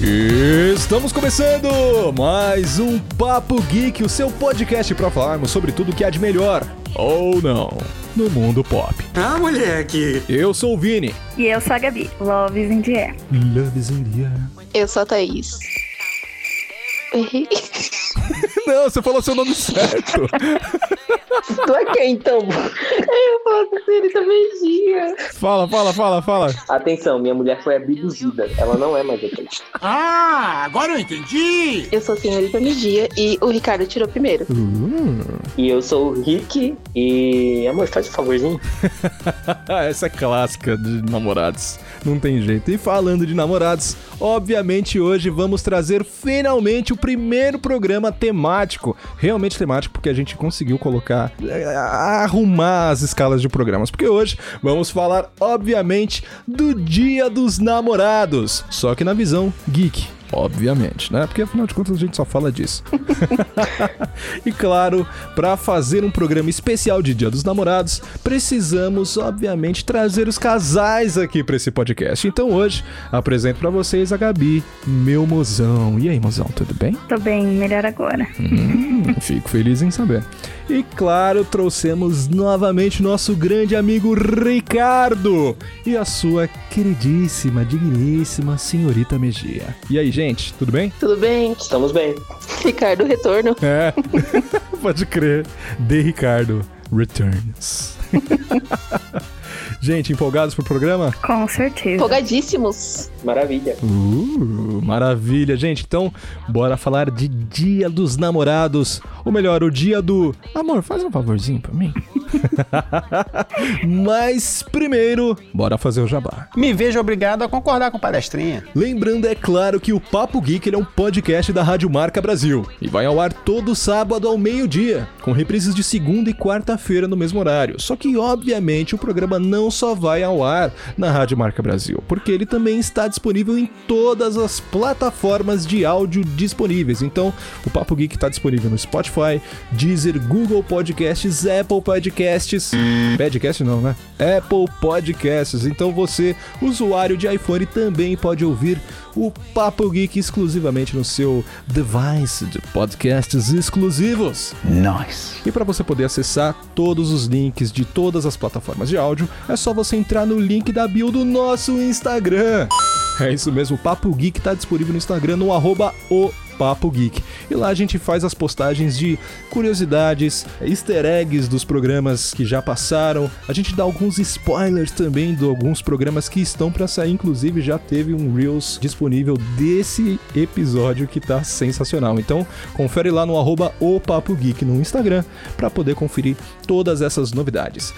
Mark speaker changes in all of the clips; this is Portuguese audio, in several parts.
Speaker 1: Estamos começando mais um Papo Geek, o seu podcast para falarmos sobre tudo que há de melhor ou não no mundo pop.
Speaker 2: Ah, moleque!
Speaker 1: Eu sou o Vini.
Speaker 3: E eu sou a Gabi. Love is in the air.
Speaker 1: Love is in the air.
Speaker 4: Eu sou a Thaís. Errei.
Speaker 1: Não, você falou seu nome certo.
Speaker 4: Tô
Speaker 5: é
Speaker 4: aqui então. Eu posso ser ele também, dia.
Speaker 1: Fala, fala, fala, fala.
Speaker 6: Atenção, minha mulher foi abduzida. Ela não é mais atriz.
Speaker 2: Ah, agora eu entendi!
Speaker 4: Eu sou a senhorita Megia e o Ricardo tirou primeiro.
Speaker 6: E eu sou o Rick. E. Amor, faz um favorzinho.
Speaker 1: Essa é clássica de namorados. Não tem jeito. E falando de namorados, obviamente hoje vamos trazer finalmente o primeiro programa temático. Realmente temático, porque a gente conseguiu colocar. eh, arrumar as escalas de programas. Porque hoje vamos falar, obviamente, do Dia dos Namorados. Só que na visão geek. Obviamente, né? Porque afinal de contas a gente só fala disso. E claro, para fazer um programa especial de Dia dos Namorados, precisamos, obviamente, trazer os casais aqui para esse podcast. Então hoje, apresento para vocês a Gabi, meu mozão. E aí, mozão, tudo bem?
Speaker 3: Tô bem, melhor agora.
Speaker 1: Hum, fico feliz em saber. E claro, trouxemos novamente nosso grande amigo Ricardo e a sua queridíssima, digníssima senhorita Megia. E aí, gente, tudo bem?
Speaker 4: Tudo bem?
Speaker 6: Estamos bem.
Speaker 4: Ricardo,
Speaker 5: Uhum.
Speaker 4: retorno.
Speaker 1: É, pode crer. De Ricardo Returns. Gente, empolgados pro programa?
Speaker 3: Com certeza.
Speaker 4: Empolgadíssimos.
Speaker 6: Maravilha.
Speaker 1: Uh, maravilha, gente. Então, bora falar de Dia dos Namorados. Ou melhor, o dia do. Amor, faz um favorzinho pra mim. Mas primeiro, bora fazer o jabá.
Speaker 2: Me vejo obrigado a concordar com palestrinha.
Speaker 1: Lembrando, é claro, que o Papo Geek ele é um podcast da Rádio Marca Brasil e vai ao ar todo sábado ao meio-dia, com reprises de segunda e quarta-feira no mesmo horário. Só que, obviamente, o programa não só vai ao ar na Rádio Marca Brasil, porque ele também está disponível em todas as plataformas de áudio disponíveis. Então, o Papo Geek está disponível no Spotify, Deezer, Google Podcasts, Apple Podcasts. Podcast não, né? Apple Podcasts. Então você, usuário de iPhone, também pode ouvir o Papo Geek exclusivamente no seu device de podcasts exclusivos.
Speaker 2: Nós.
Speaker 1: E para você poder acessar todos os links de todas as plataformas de áudio, é só você entrar no link da bio do nosso Instagram. É isso mesmo, o Papo Geek tá disponível no Instagram no arroba o Papo Geek. E lá a gente faz as postagens de curiosidades, easter eggs dos programas que já passaram. A gente dá alguns spoilers também de alguns programas que estão para sair. Inclusive, já teve um Reels disponível desse episódio que tá sensacional. Então, confere lá no arroba o Papo Geek no Instagram para poder conferir todas essas novidades.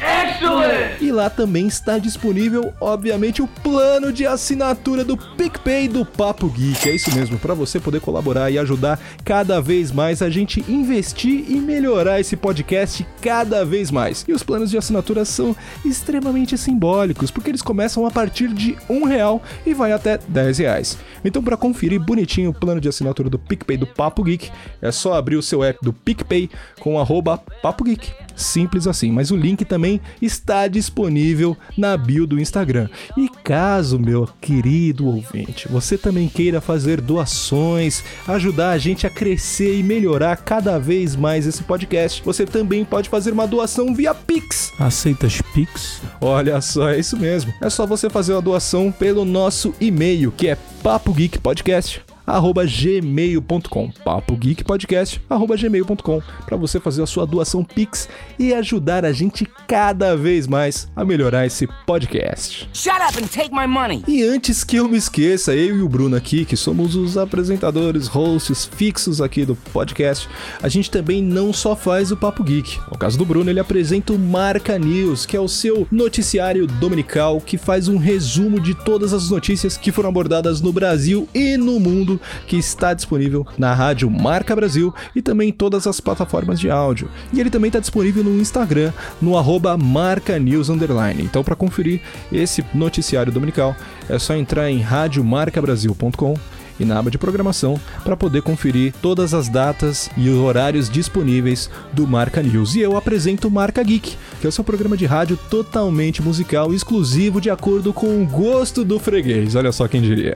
Speaker 1: E lá também está disponível, obviamente, o plano de assinatura do PicPay do Papo Geek. É isso mesmo, para você poder colaborar e ajudar cada vez mais a gente investir e melhorar esse podcast cada vez mais. E os planos de assinatura são extremamente simbólicos, porque eles começam a partir de um real e vai até 10 reais. Então, para conferir bonitinho o plano de assinatura do PicPay do Papo Geek, é só abrir o seu app do PicPay com arroba Papo Geek. Simples assim, mas o link também está disponível na bio do Instagram. E caso, meu querido ouvinte, você também queira fazer doações, ajudar a gente a crescer e melhorar cada vez mais esse podcast, você também pode fazer uma doação via Pix.
Speaker 7: Aceitas Pix?
Speaker 1: Olha só, é isso mesmo. É só você fazer uma doação pelo nosso e-mail, que é papogeekpodcast arroba gmail.com papogeekpodcast arroba gmail.com para você fazer a sua doação Pix e ajudar a gente cada vez mais a melhorar esse podcast.
Speaker 5: Shut up and take my money.
Speaker 1: E antes que eu me esqueça, eu e o Bruno aqui, que somos os apresentadores, hosts fixos aqui do podcast, a gente também não só faz o Papo Geek. No caso do Bruno, ele apresenta o Marca News, que é o seu noticiário dominical que faz um resumo de todas as notícias que foram abordadas no Brasil e no mundo, que está disponível na rádio Marca Brasil e também em todas as plataformas de áudio. E ele também está disponível no Instagram, no arroba Marca News Underline. Então, para conferir esse noticiário dominical, é só entrar em radiomarcabrasil.com e na aba de programação para poder conferir todas as datas e os horários disponíveis do Marca News. E eu apresento o Marca Geek, que é o seu programa de rádio totalmente musical, exclusivo de acordo com o gosto do freguês. Olha só quem diria.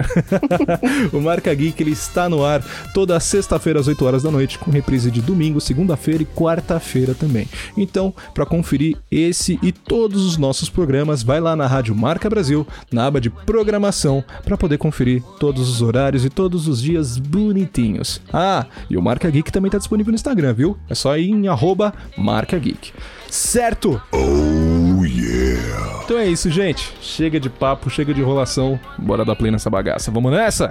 Speaker 1: o Marca Geek ele está no ar toda sexta-feira às 8 horas da noite, com reprise de domingo, segunda-feira e quarta-feira também. Então, para conferir esse e todos os nossos programas, vai lá na Rádio Marca Brasil, na aba de programação, para poder conferir todos os horários e todos os dias bonitinhos. Ah, e o Marca Geek também está disponível no Instagram, viu? É só ir em arroba Marca Geek. Certo? Então é isso, gente. Chega de papo, chega de enrolação. Bora dar play nessa bagaça. Vamos nessa?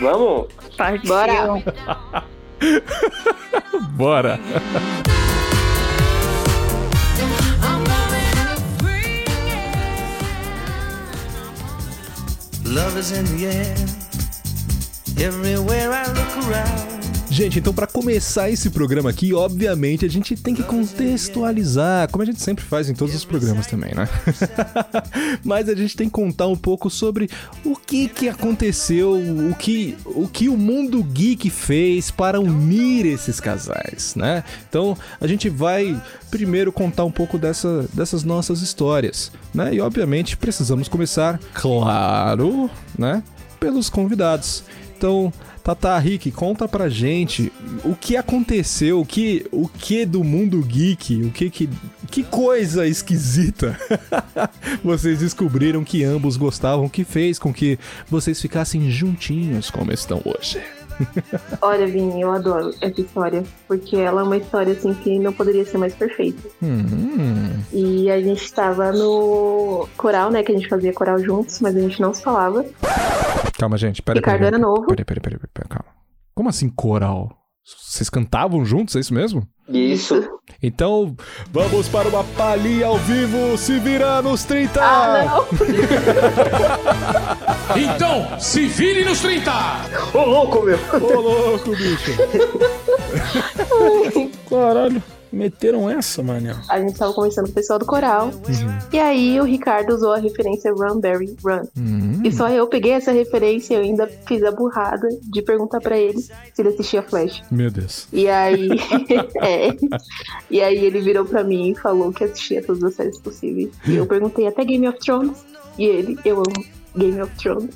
Speaker 6: Vamos?
Speaker 3: Partiu.
Speaker 4: Bora.
Speaker 1: Bora!
Speaker 7: Love is in the air. Everywhere I look around.
Speaker 1: Gente, então para começar esse programa aqui, obviamente a gente tem que contextualizar, como a gente sempre faz em todos os programas também, né? Mas a gente tem que contar um pouco sobre o que que aconteceu, o que o que o mundo geek fez para unir esses casais, né? Então, a gente vai primeiro contar um pouco dessa, dessas nossas histórias, né? E obviamente precisamos começar, claro, né, pelos convidados. Então, Tata Rick, conta pra gente o que aconteceu, o que, o que do mundo geek, o que que, que coisa esquisita vocês descobriram que ambos gostavam, que fez com que vocês ficassem juntinhos como estão hoje.
Speaker 5: Olha, Vini, eu adoro essa história, porque ela é uma história assim que não poderia ser mais perfeita.
Speaker 1: Hum,
Speaker 5: E a gente tava no coral, né? Que a gente fazia coral juntos, mas a gente não se falava.
Speaker 1: calma, gente, peraí.
Speaker 5: Ricardo
Speaker 1: peraí,
Speaker 5: era novo.
Speaker 1: Peraí, peraí, peraí, peraí, calma. Como assim coral? Vocês cantavam juntos, é isso mesmo?
Speaker 6: Isso.
Speaker 1: Então, vamos para uma palhinha ao vivo, se virar nos 30!
Speaker 5: Ah, não!
Speaker 8: Então, se vire nos 30!
Speaker 6: Ô, louco, meu!
Speaker 1: Ô, louco, bicho!
Speaker 9: Caralho, meteram essa, mano.
Speaker 5: A gente tava conversando com o pessoal do coral. E aí o Ricardo usou a referência Run Barry Run.
Speaker 8: Uhum.
Speaker 1: Hum.
Speaker 5: E só eu peguei essa referência e eu ainda fiz a burrada de perguntar pra ele se ele assistia Flash.
Speaker 1: Meu Deus.
Speaker 5: E aí. é. E aí ele virou pra mim e falou que assistia todas as séries possíveis. E eu perguntei até Game of Thrones. E ele, eu amo Game of Thrones.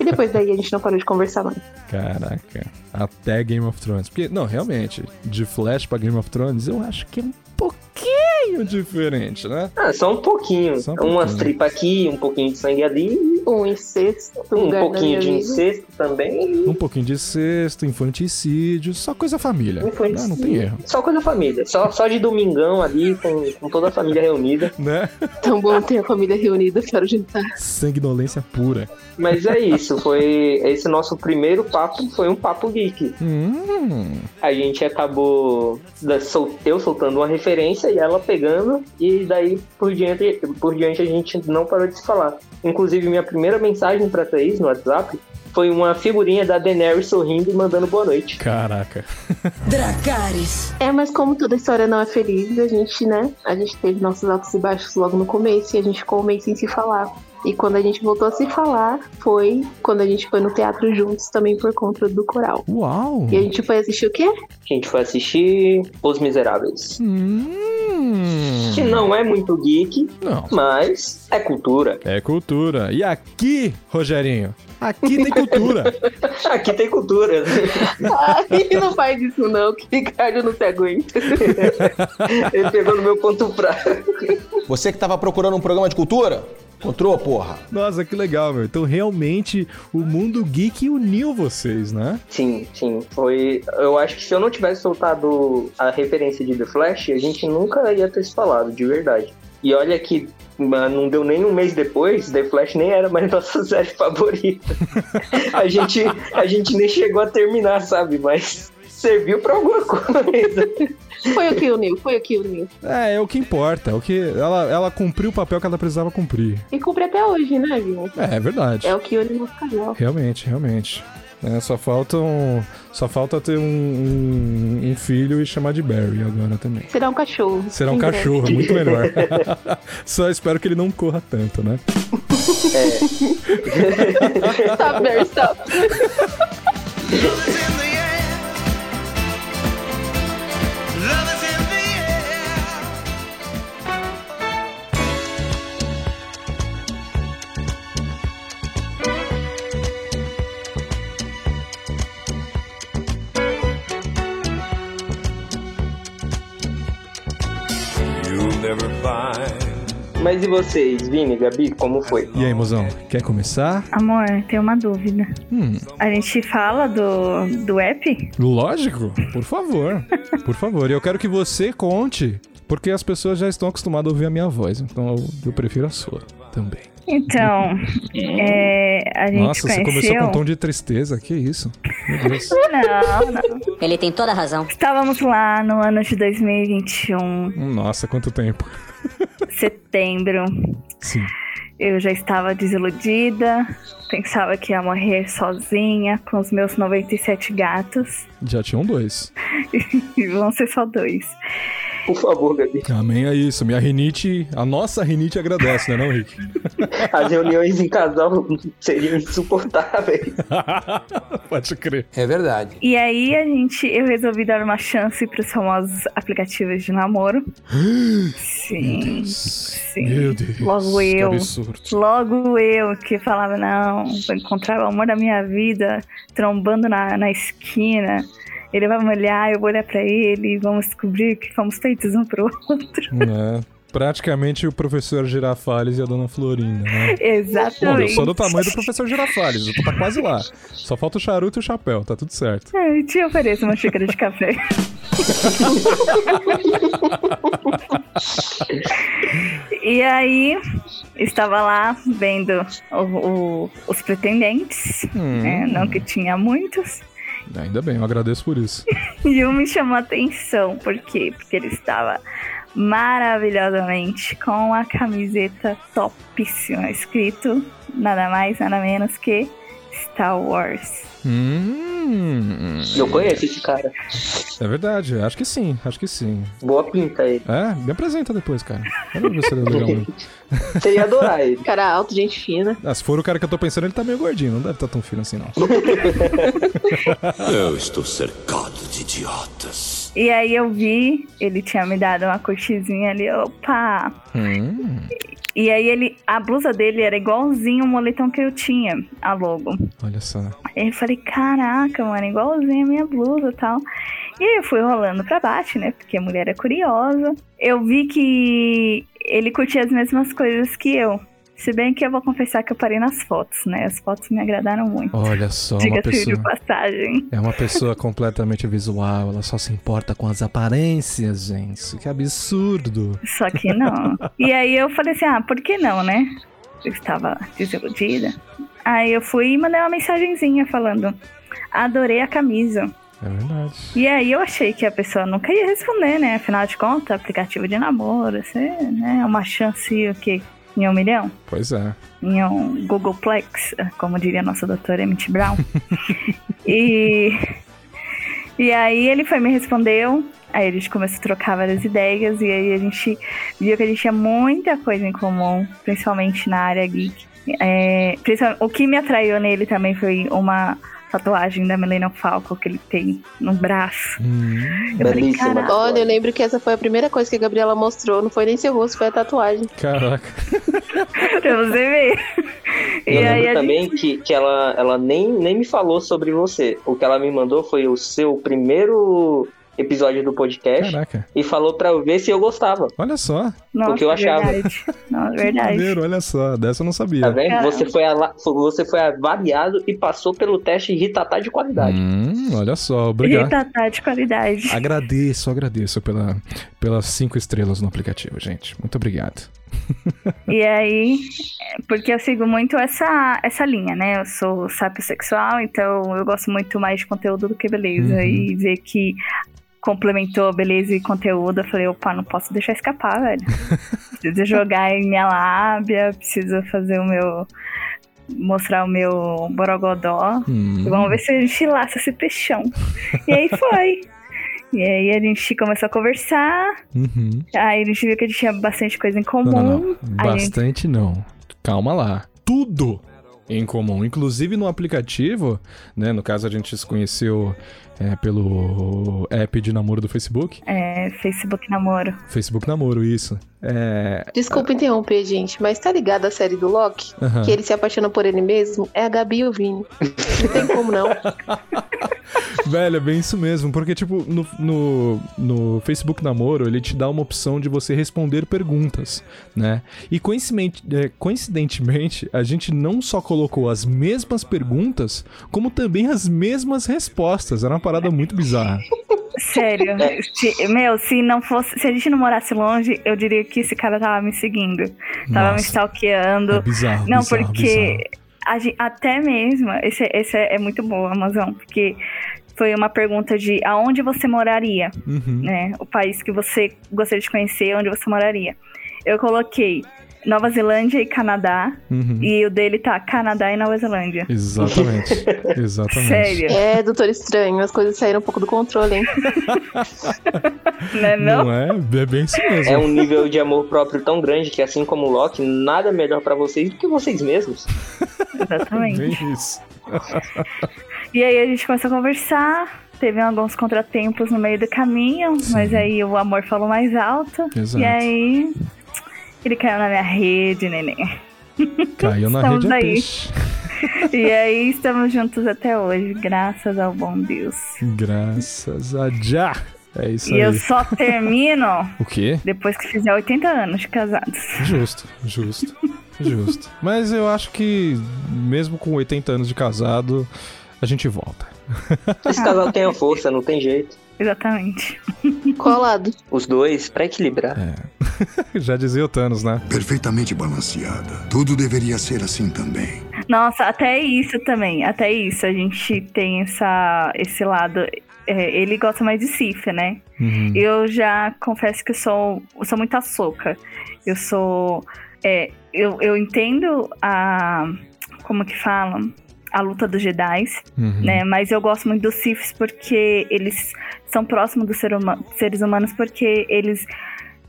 Speaker 5: E depois daí a gente não parou de conversar mais.
Speaker 1: Caraca. Até Game of Thrones. Porque, não, realmente, de Flash pra Game of Thrones, eu acho que é um pouquinho diferente, né?
Speaker 6: Ah, só um pouquinho.
Speaker 1: Só um
Speaker 6: Umas
Speaker 1: pouquinho.
Speaker 6: tripas aqui, um pouquinho de sangue ali,
Speaker 5: Um incesto, um
Speaker 6: um
Speaker 5: lugar da minha
Speaker 6: pouquinho de
Speaker 5: vida.
Speaker 6: incesto também.
Speaker 1: Um pouquinho de sexto, infanticídio, só coisa família.
Speaker 6: Infanticídio.
Speaker 1: Não, não tem erro,
Speaker 6: Só coisa família. Só, só de domingão ali, com, com toda a família reunida.
Speaker 1: né?
Speaker 5: Tão bom ter a família reunida para o jantar.
Speaker 1: Sanguinolência pura.
Speaker 6: Mas é isso. Foi esse nosso primeiro papo. Foi um papo geek.
Speaker 1: Hum.
Speaker 6: A gente acabou da- sol- eu soltando uma referência e ela pegando. E daí por diante, por diante a gente não parou de se falar. Inclusive, minha primeira mensagem pra Thaís no WhatsApp foi uma figurinha da Daenerys sorrindo e mandando boa noite.
Speaker 1: Caraca.
Speaker 7: Dracarys.
Speaker 5: É, mas como toda história não é feliz, a gente, né? A gente teve nossos altos e baixos logo no começo e a gente ficou um mês sem se falar. E quando a gente voltou a se falar, foi quando a gente foi no teatro juntos também por conta do coral.
Speaker 1: Uau.
Speaker 5: E a gente foi assistir o quê?
Speaker 6: A gente foi assistir Os Miseráveis.
Speaker 1: Hum.
Speaker 6: Que não é muito geek,
Speaker 1: Não.
Speaker 6: mas é cultura.
Speaker 1: É cultura. E aqui, Rogerinho, aqui tem cultura.
Speaker 6: Aqui tem cultura.
Speaker 5: Ai, não faz isso não, que Ricardo não se aguenta.
Speaker 6: Ele pegou no meu ponto fraco.
Speaker 9: Você que tava procurando um programa de cultura? Encontrou, porra?
Speaker 1: Nossa, que legal, meu. Então, realmente, o mundo geek uniu vocês, né?
Speaker 6: Sim, sim. Foi. Eu acho que se eu não tivesse soltado a referência de The Flash, a gente nunca ia ter se falado, de verdade. E olha que mano, não deu nem um mês depois, The Flash nem era mais nossa série favorita. A gente, a gente nem chegou a terminar, sabe? Mas serviu pra alguma coisa.
Speaker 5: Foi o que uniu, foi o que uniu.
Speaker 1: É, é o que importa. É o que ela, ela cumpriu o papel que ela precisava cumprir.
Speaker 5: E cumpre até hoje, né, Vini?
Speaker 1: É, é verdade.
Speaker 5: É o que une nosso casal.
Speaker 1: Realmente, realmente. É, só faltam Só falta ter um, um- um filho e chamar de Barry agora também.
Speaker 5: Será um cachorro.
Speaker 1: Será um
Speaker 5: Em breve.
Speaker 1: cachorro, muito melhor. Só espero que ele não corra tanto, né?
Speaker 5: Stop, Mary, stop.
Speaker 7: Love is in the air. Love is in the air.
Speaker 8: You'll never find.
Speaker 6: Mas e vocês, Vini, Gabi, como foi?
Speaker 1: E aí, mozão, quer começar?
Speaker 3: Amor, tenho uma dúvida.
Speaker 1: Hum,
Speaker 3: A gente fala do, do app?
Speaker 1: lógico, por favor. Por favor, e eu quero que você conte, porque as pessoas já estão acostumadas a ouvir a minha voz, então eu, eu prefiro a sua também.
Speaker 3: Então, é, a gente
Speaker 1: Hum. Nossa, você começou
Speaker 3: conheceu...
Speaker 1: com um tom de tristeza, que isso? Meu Deus.
Speaker 3: Não, não.
Speaker 10: Ele tem toda a razão.
Speaker 3: Estávamos lá no ano de 2021,
Speaker 1: Nossa, quanto tempo.
Speaker 3: setembro.
Speaker 1: Sim.
Speaker 3: Eu já estava desiludida, pensava que ia morrer sozinha com os meus 97 gatos.
Speaker 1: Já tinham dois.
Speaker 3: E vão ser só dois.
Speaker 6: Por favor, Gabi.
Speaker 1: Amém é isso. Minha rinite, a nossa rinite agradece, né, não, Rick?
Speaker 6: As reuniões em casal seriam insuportáveis.
Speaker 1: Pode crer.
Speaker 9: É verdade.
Speaker 3: E aí a gente, eu resolvi dar uma chance para os famosos aplicativos de namoro. Sim. Sim.
Speaker 1: Meu Deus.
Speaker 3: Logo
Speaker 1: que
Speaker 3: eu.
Speaker 1: absurdo.
Speaker 3: Logo eu que falava, não, vou encontrar o amor da minha vida trombando na, na esquina. Ele vai me olhar, eu vou olhar pra ele, vamos descobrir que fomos feitos um pro outro.
Speaker 1: É, praticamente o professor Girafales e a dona Florinda, né? Bom, eu
Speaker 3: Exatamente.
Speaker 1: sou do tamanho do professor Girafales, eu tô tá quase lá. Só falta o charuto e o chapéu, tá tudo certo.
Speaker 3: Ai, É, te ofereço uma xícara de café. e aí, estava lá vendo o- o- os pretendentes, né? não que tinha muitos.
Speaker 1: Hum, Ainda bem, eu agradeço por isso.
Speaker 3: E um me chamou a atenção, por quê? Porque ele estava maravilhosamente com a camiseta topíssima, escrito nada mais, nada menos que Star Wars.
Speaker 1: Hum,
Speaker 6: Eu conheço esse cara.
Speaker 1: é verdade, acho que sim, acho que sim.
Speaker 6: Boa pinta ele.
Speaker 1: É, me apresenta depois, cara. Eu não ver se ele é legal mesmo.
Speaker 6: Você ia adorar ele.
Speaker 5: Cara alto, gente fina.
Speaker 1: Ah, se for o cara que eu tô pensando, ele tá meio gordinho, não deve estar tão fino assim, não.
Speaker 8: Eu estou cercado de idiotas.
Speaker 3: E aí eu vi, ele tinha me dado uma curtizinha ali, opa!
Speaker 1: Hum,
Speaker 3: E aí ele, a blusa dele era igualzinho o moletom que eu tinha, a logo.
Speaker 1: olha só.
Speaker 3: Aí eu falei, caraca, mano, igualzinho a minha blusa e tal. E aí eu fui rolando pra baixo, né? Porque a mulher é curiosa. Eu vi que ele curtia as mesmas coisas que eu. Se bem que eu vou confessar que eu parei nas fotos, né? As fotos me agradaram muito.
Speaker 1: Olha só, é uma
Speaker 3: Diga-se
Speaker 1: pessoa.
Speaker 3: de passagem.
Speaker 1: É uma pessoa completamente visual, ela só se importa com as aparências, gente. Que absurdo.
Speaker 3: Só que não. e aí eu falei assim, ah, por que não, né? Eu estava desiludida. Aí eu fui e mandei uma mensagenzinha falando, adorei a camisa.
Speaker 1: É verdade.
Speaker 3: E aí eu achei que a pessoa nunca ia responder, né? Afinal de contas, aplicativo de namoro, você, né? Uma chance, o quê? Em um milhão?
Speaker 1: Pois é.
Speaker 3: Em um Googleplex, como diria nossa doutora Emmett Brown. e... E aí ele foi me respondeu, aí a gente começou a trocar várias ideias, e aí a gente viu que a gente tinha muita coisa em comum, principalmente na área geek. É, principal- o que me atraiu nele também foi uma tatuagem da Millennium Falco que ele tem no braço.
Speaker 1: Hum,
Speaker 3: Eu falei,
Speaker 6: Belíssima.
Speaker 3: cara,
Speaker 5: Olha, eu lembro que essa foi a primeira coisa que a Gabriela mostrou. Não foi nem seu rosto, foi a tatuagem.
Speaker 1: caraca.
Speaker 3: pra você ver. E aí
Speaker 6: Eu lembro
Speaker 3: a gente-
Speaker 6: também que, que ela, ela nem, nem me falou sobre você. O que ela me mandou foi o seu primeiro episódio do
Speaker 3: É.
Speaker 6: podcast
Speaker 1: Caraca.
Speaker 6: e falou pra eu ver se eu gostava.
Speaker 1: Olha só.
Speaker 3: Nossa,
Speaker 6: porque eu achava.
Speaker 3: Verdade. Nossa, verdade.
Speaker 1: Maneiro, olha só. Dessa eu não sabia.
Speaker 6: Tá vendo?
Speaker 3: Caramba.
Speaker 6: Você foi, ala- você foi avaliado e passou pelo teste Ritatá de qualidade.
Speaker 1: Hum, olha só, obrigado.
Speaker 3: E tatá de qualidade.
Speaker 1: Agradeço, agradeço pela, pelas cinco estrelas no aplicativo, gente. Muito obrigado.
Speaker 3: E aí, é, porque eu sigo muito essa, essa linha, né? Eu sou sapiosexual, então eu gosto muito mais de conteúdo do que beleza.
Speaker 1: Uhum.
Speaker 3: E ver que complementou beleza e conteúdo, eu falei, opa, não posso deixar escapar, velho. preciso jogar em minha lábia, preciso fazer o meu mostrar o meu borogodó.
Speaker 1: Hum.
Speaker 3: E vamos ver se a gente laça esse peixão. E aí foi. E aí a gente começou a conversar.
Speaker 1: Uhum.
Speaker 3: Aí a gente viu que a gente tinha bastante coisa em comum.
Speaker 1: Não, não, não.
Speaker 3: Tá A gente-
Speaker 1: Bastante não. Calma lá. Tudo em comum, inclusive no aplicativo, né? No caso a gente se conheceu é, pelo app de namoro do Facebook,
Speaker 3: É, Facebook namoro.
Speaker 1: Facebook namoro, isso. É, Ah.
Speaker 5: Desculpa interromper, gente, mas tá ligado a série do Loki?
Speaker 1: aham.
Speaker 5: Que ele se apaixona por ele mesmo? É a Gabi e o Vini. Não tem como não.
Speaker 1: Velho, é bem isso mesmo, porque, tipo, no, no, no Facebook Namoro, ele te dá uma opção de você responder perguntas, né? E coincimente- é, coincidentemente, a gente não só colocou as mesmas perguntas, como também as mesmas respostas. Era uma parada muito bizarra.
Speaker 3: Sério. Se- meu, se não fosse. Se a gente não morasse longe, eu diria que esse cara tava me seguindo. Tava me
Speaker 1: Nossa,
Speaker 3: stalkeando.
Speaker 1: é bizarro,
Speaker 3: Não,
Speaker 1: bizarro,
Speaker 3: porque
Speaker 1: bizarro.
Speaker 3: a gen- até mesmo, esse, esse é é muito boa, Amazon, porque foi uma pergunta de aonde você moraria,
Speaker 1: Uhum.
Speaker 3: né? O país que você gostaria de conhecer, onde você moraria. Eu coloquei Nova Zelândia e Canadá,
Speaker 1: Uhum.
Speaker 3: e o dele tá Canadá e Nova Zelândia.
Speaker 1: Exatamente. Exatamente.
Speaker 3: Sério,
Speaker 5: É, doutor estranho, as coisas saíram um pouco do controle, hein?
Speaker 3: né? Não?
Speaker 1: Não é? É bem isso mesmo.
Speaker 6: É um nível de amor próprio tão grande que, assim como o Loki, nada melhor pra vocês do que vocês mesmos.
Speaker 1: é.
Speaker 3: Exatamente.
Speaker 1: Bem isso.
Speaker 3: E aí a gente começou a conversar, teve alguns contratempos no meio do caminho,
Speaker 1: Sim.
Speaker 3: mas aí o amor falou mais alto.
Speaker 1: Exato.
Speaker 3: E aí ele caiu na minha rede, neném.
Speaker 1: Caiu na
Speaker 3: estamos
Speaker 1: rede a
Speaker 3: aí.
Speaker 1: peixe.
Speaker 3: E aí estamos juntos até hoje, graças ao bom Deus.
Speaker 1: Graças a já. É isso
Speaker 3: E eu
Speaker 1: aí.
Speaker 3: só termino
Speaker 1: O quê?
Speaker 3: depois que fizer 80 anos de casados.
Speaker 1: Justo, justo, justo. Mas eu acho que, mesmo com 80 anos de casado, a gente volta.
Speaker 6: Esse casal tem a força, não tem jeito.
Speaker 3: Exatamente.
Speaker 5: Colado.
Speaker 6: Os dois, pra equilibrar.
Speaker 1: Já dizia o Thanos, né?
Speaker 10: Perfeitamente balanceada. Tudo deveria ser assim também.
Speaker 3: Nossa, até isso também, até isso. A gente tem essa, esse lado. é, ele gosta mais de Cif, né?
Speaker 1: Uhum.
Speaker 3: Eu já confesso que eu sou, eu sou muito açouca. Eu sou. é, eu, eu entendo a. Como que fala? A luta dos Jedi,
Speaker 1: Uhum.
Speaker 3: né? Mas eu gosto muito dos Siths porque eles são próximos dos ser huma- seres humanos porque eles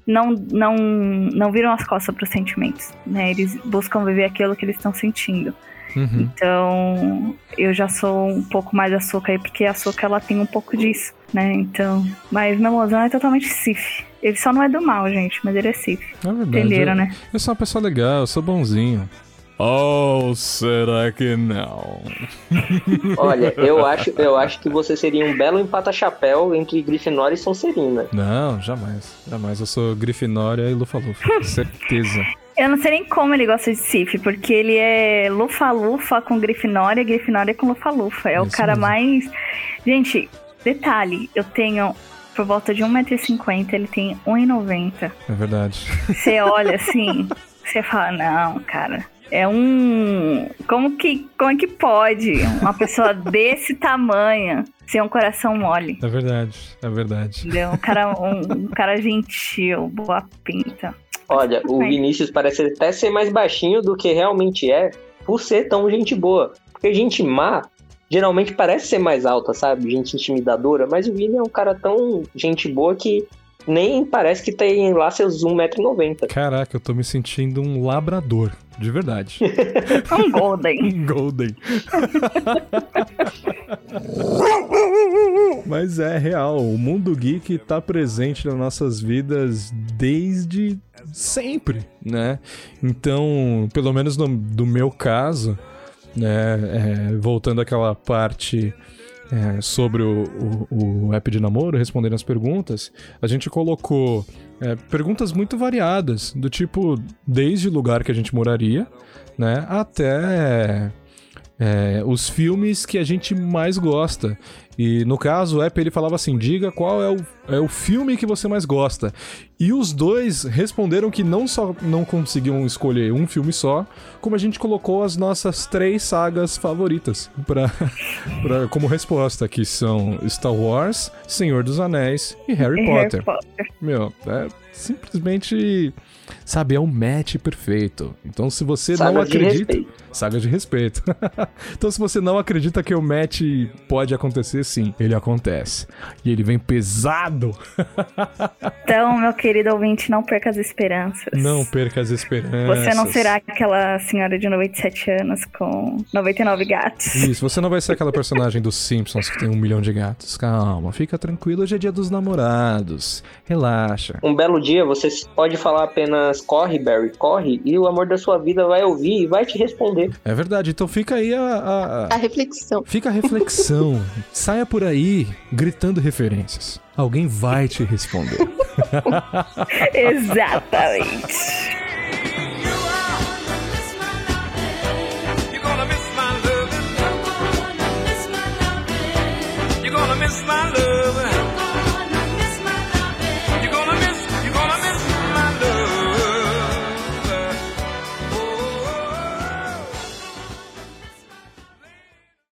Speaker 3: não, não, não viram as costas para os sentimentos, né? Eles buscam viver aquilo que eles estão sentindo.
Speaker 1: Uhum.
Speaker 3: Então, eu já sou um pouco mais açúcar aí, porque a açúcar ela tem um pouco disso, né? Então. Mas meu mozão é totalmente Sif. Ele só não é do mal, gente, mas ele é Sif.
Speaker 1: É verdade.
Speaker 3: Entenderam,
Speaker 1: eu,
Speaker 3: né?
Speaker 1: eu sou uma pessoa legal, eu sou bonzinho. Oh, será que não?
Speaker 6: Olha, eu acho, eu acho que você seria um belo empata-chapéu entre Grifinória e Sonserina.
Speaker 1: Não, jamais. Jamais. Eu sou Grifinória e Lufa Lufa. Certeza.
Speaker 3: Eu não sei nem como ele gosta de Sif, porque ele é Lufa-Lufa com Grifinória, Grifinória com Lufa-Lufa. É o
Speaker 1: Isso
Speaker 3: cara
Speaker 1: mesmo.
Speaker 3: mais. Gente, detalhe, eu tenho por volta de 1,50m, ele tem 1,90m.
Speaker 1: É verdade.
Speaker 3: Você olha assim, você fala, não, cara. É um. Como que, como é que pode uma pessoa desse tamanho ser um coração mole?
Speaker 1: É verdade. É verdade.
Speaker 3: Entendeu? Um cara, um, um cara gentil, boa pinta.
Speaker 6: Olha, o
Speaker 3: Bem.
Speaker 6: Vinícius parece até ser mais baixinho do que realmente é, por ser tão gente boa. Porque gente má geralmente parece ser mais alta, sabe? Gente intimidadora, mas o Vini é um cara tão gente boa que nem parece que tem lá seus 1,90m.
Speaker 1: Caraca, eu tô me sentindo um labrador. De verdade.
Speaker 3: Um golden.
Speaker 1: Um Golden. Mas é real, o mundo geek tá presente nas nossas vidas desde sempre, né? Então, pelo menos no, do meu caso, né, é, voltando àquela parte é, sobre o, o- o app de namoro, respondendo as perguntas, a gente colocou é, perguntas muito variadas, do tipo, desde o lugar que a gente moraria, né? Até é, os filmes que a gente mais gosta. E no caso, o app ele falava assim: diga qual é o, é o filme que você mais gosta. E os dois responderam que não só não conseguiam escolher um filme só, como a gente colocou as nossas três sagas favoritas pra, pra, como resposta, que são Star Wars, Senhor dos Anéis e Harry
Speaker 3: E
Speaker 1: Potter.
Speaker 3: Harry Potter.
Speaker 1: Meu, é simplesmente. Sabe, é um match perfeito. Então, se você
Speaker 6: Saga
Speaker 1: não
Speaker 6: de
Speaker 1: acredita.
Speaker 6: respeito.
Speaker 1: saga de respeito. então, se você não acredita que o match pode acontecer, sim, ele acontece. E ele vem pesado.
Speaker 3: Então, meu querido ouvinte, não perca as esperanças.
Speaker 1: Não perca as esperanças.
Speaker 3: Você não será aquela senhora de 97 anos com 99 gatos.
Speaker 1: Isso, você não vai ser aquela personagem dos Simpsons que tem um milhão de gatos. Calma, fica tranquilo, hoje é dia dos namorados. Relaxa.
Speaker 6: Um belo dia você pode falar apenas corre, Barry, corre, e o amor da sua vida vai ouvir e vai te responder.
Speaker 1: É verdade, então fica aí a- a- a,
Speaker 5: A reflexão.
Speaker 1: Fica a reflexão. Saia por aí gritando referências. Alguém vai te responder.
Speaker 3: Exatamente.
Speaker 7: You're gonna miss my love. You're gonna miss my love. Oh.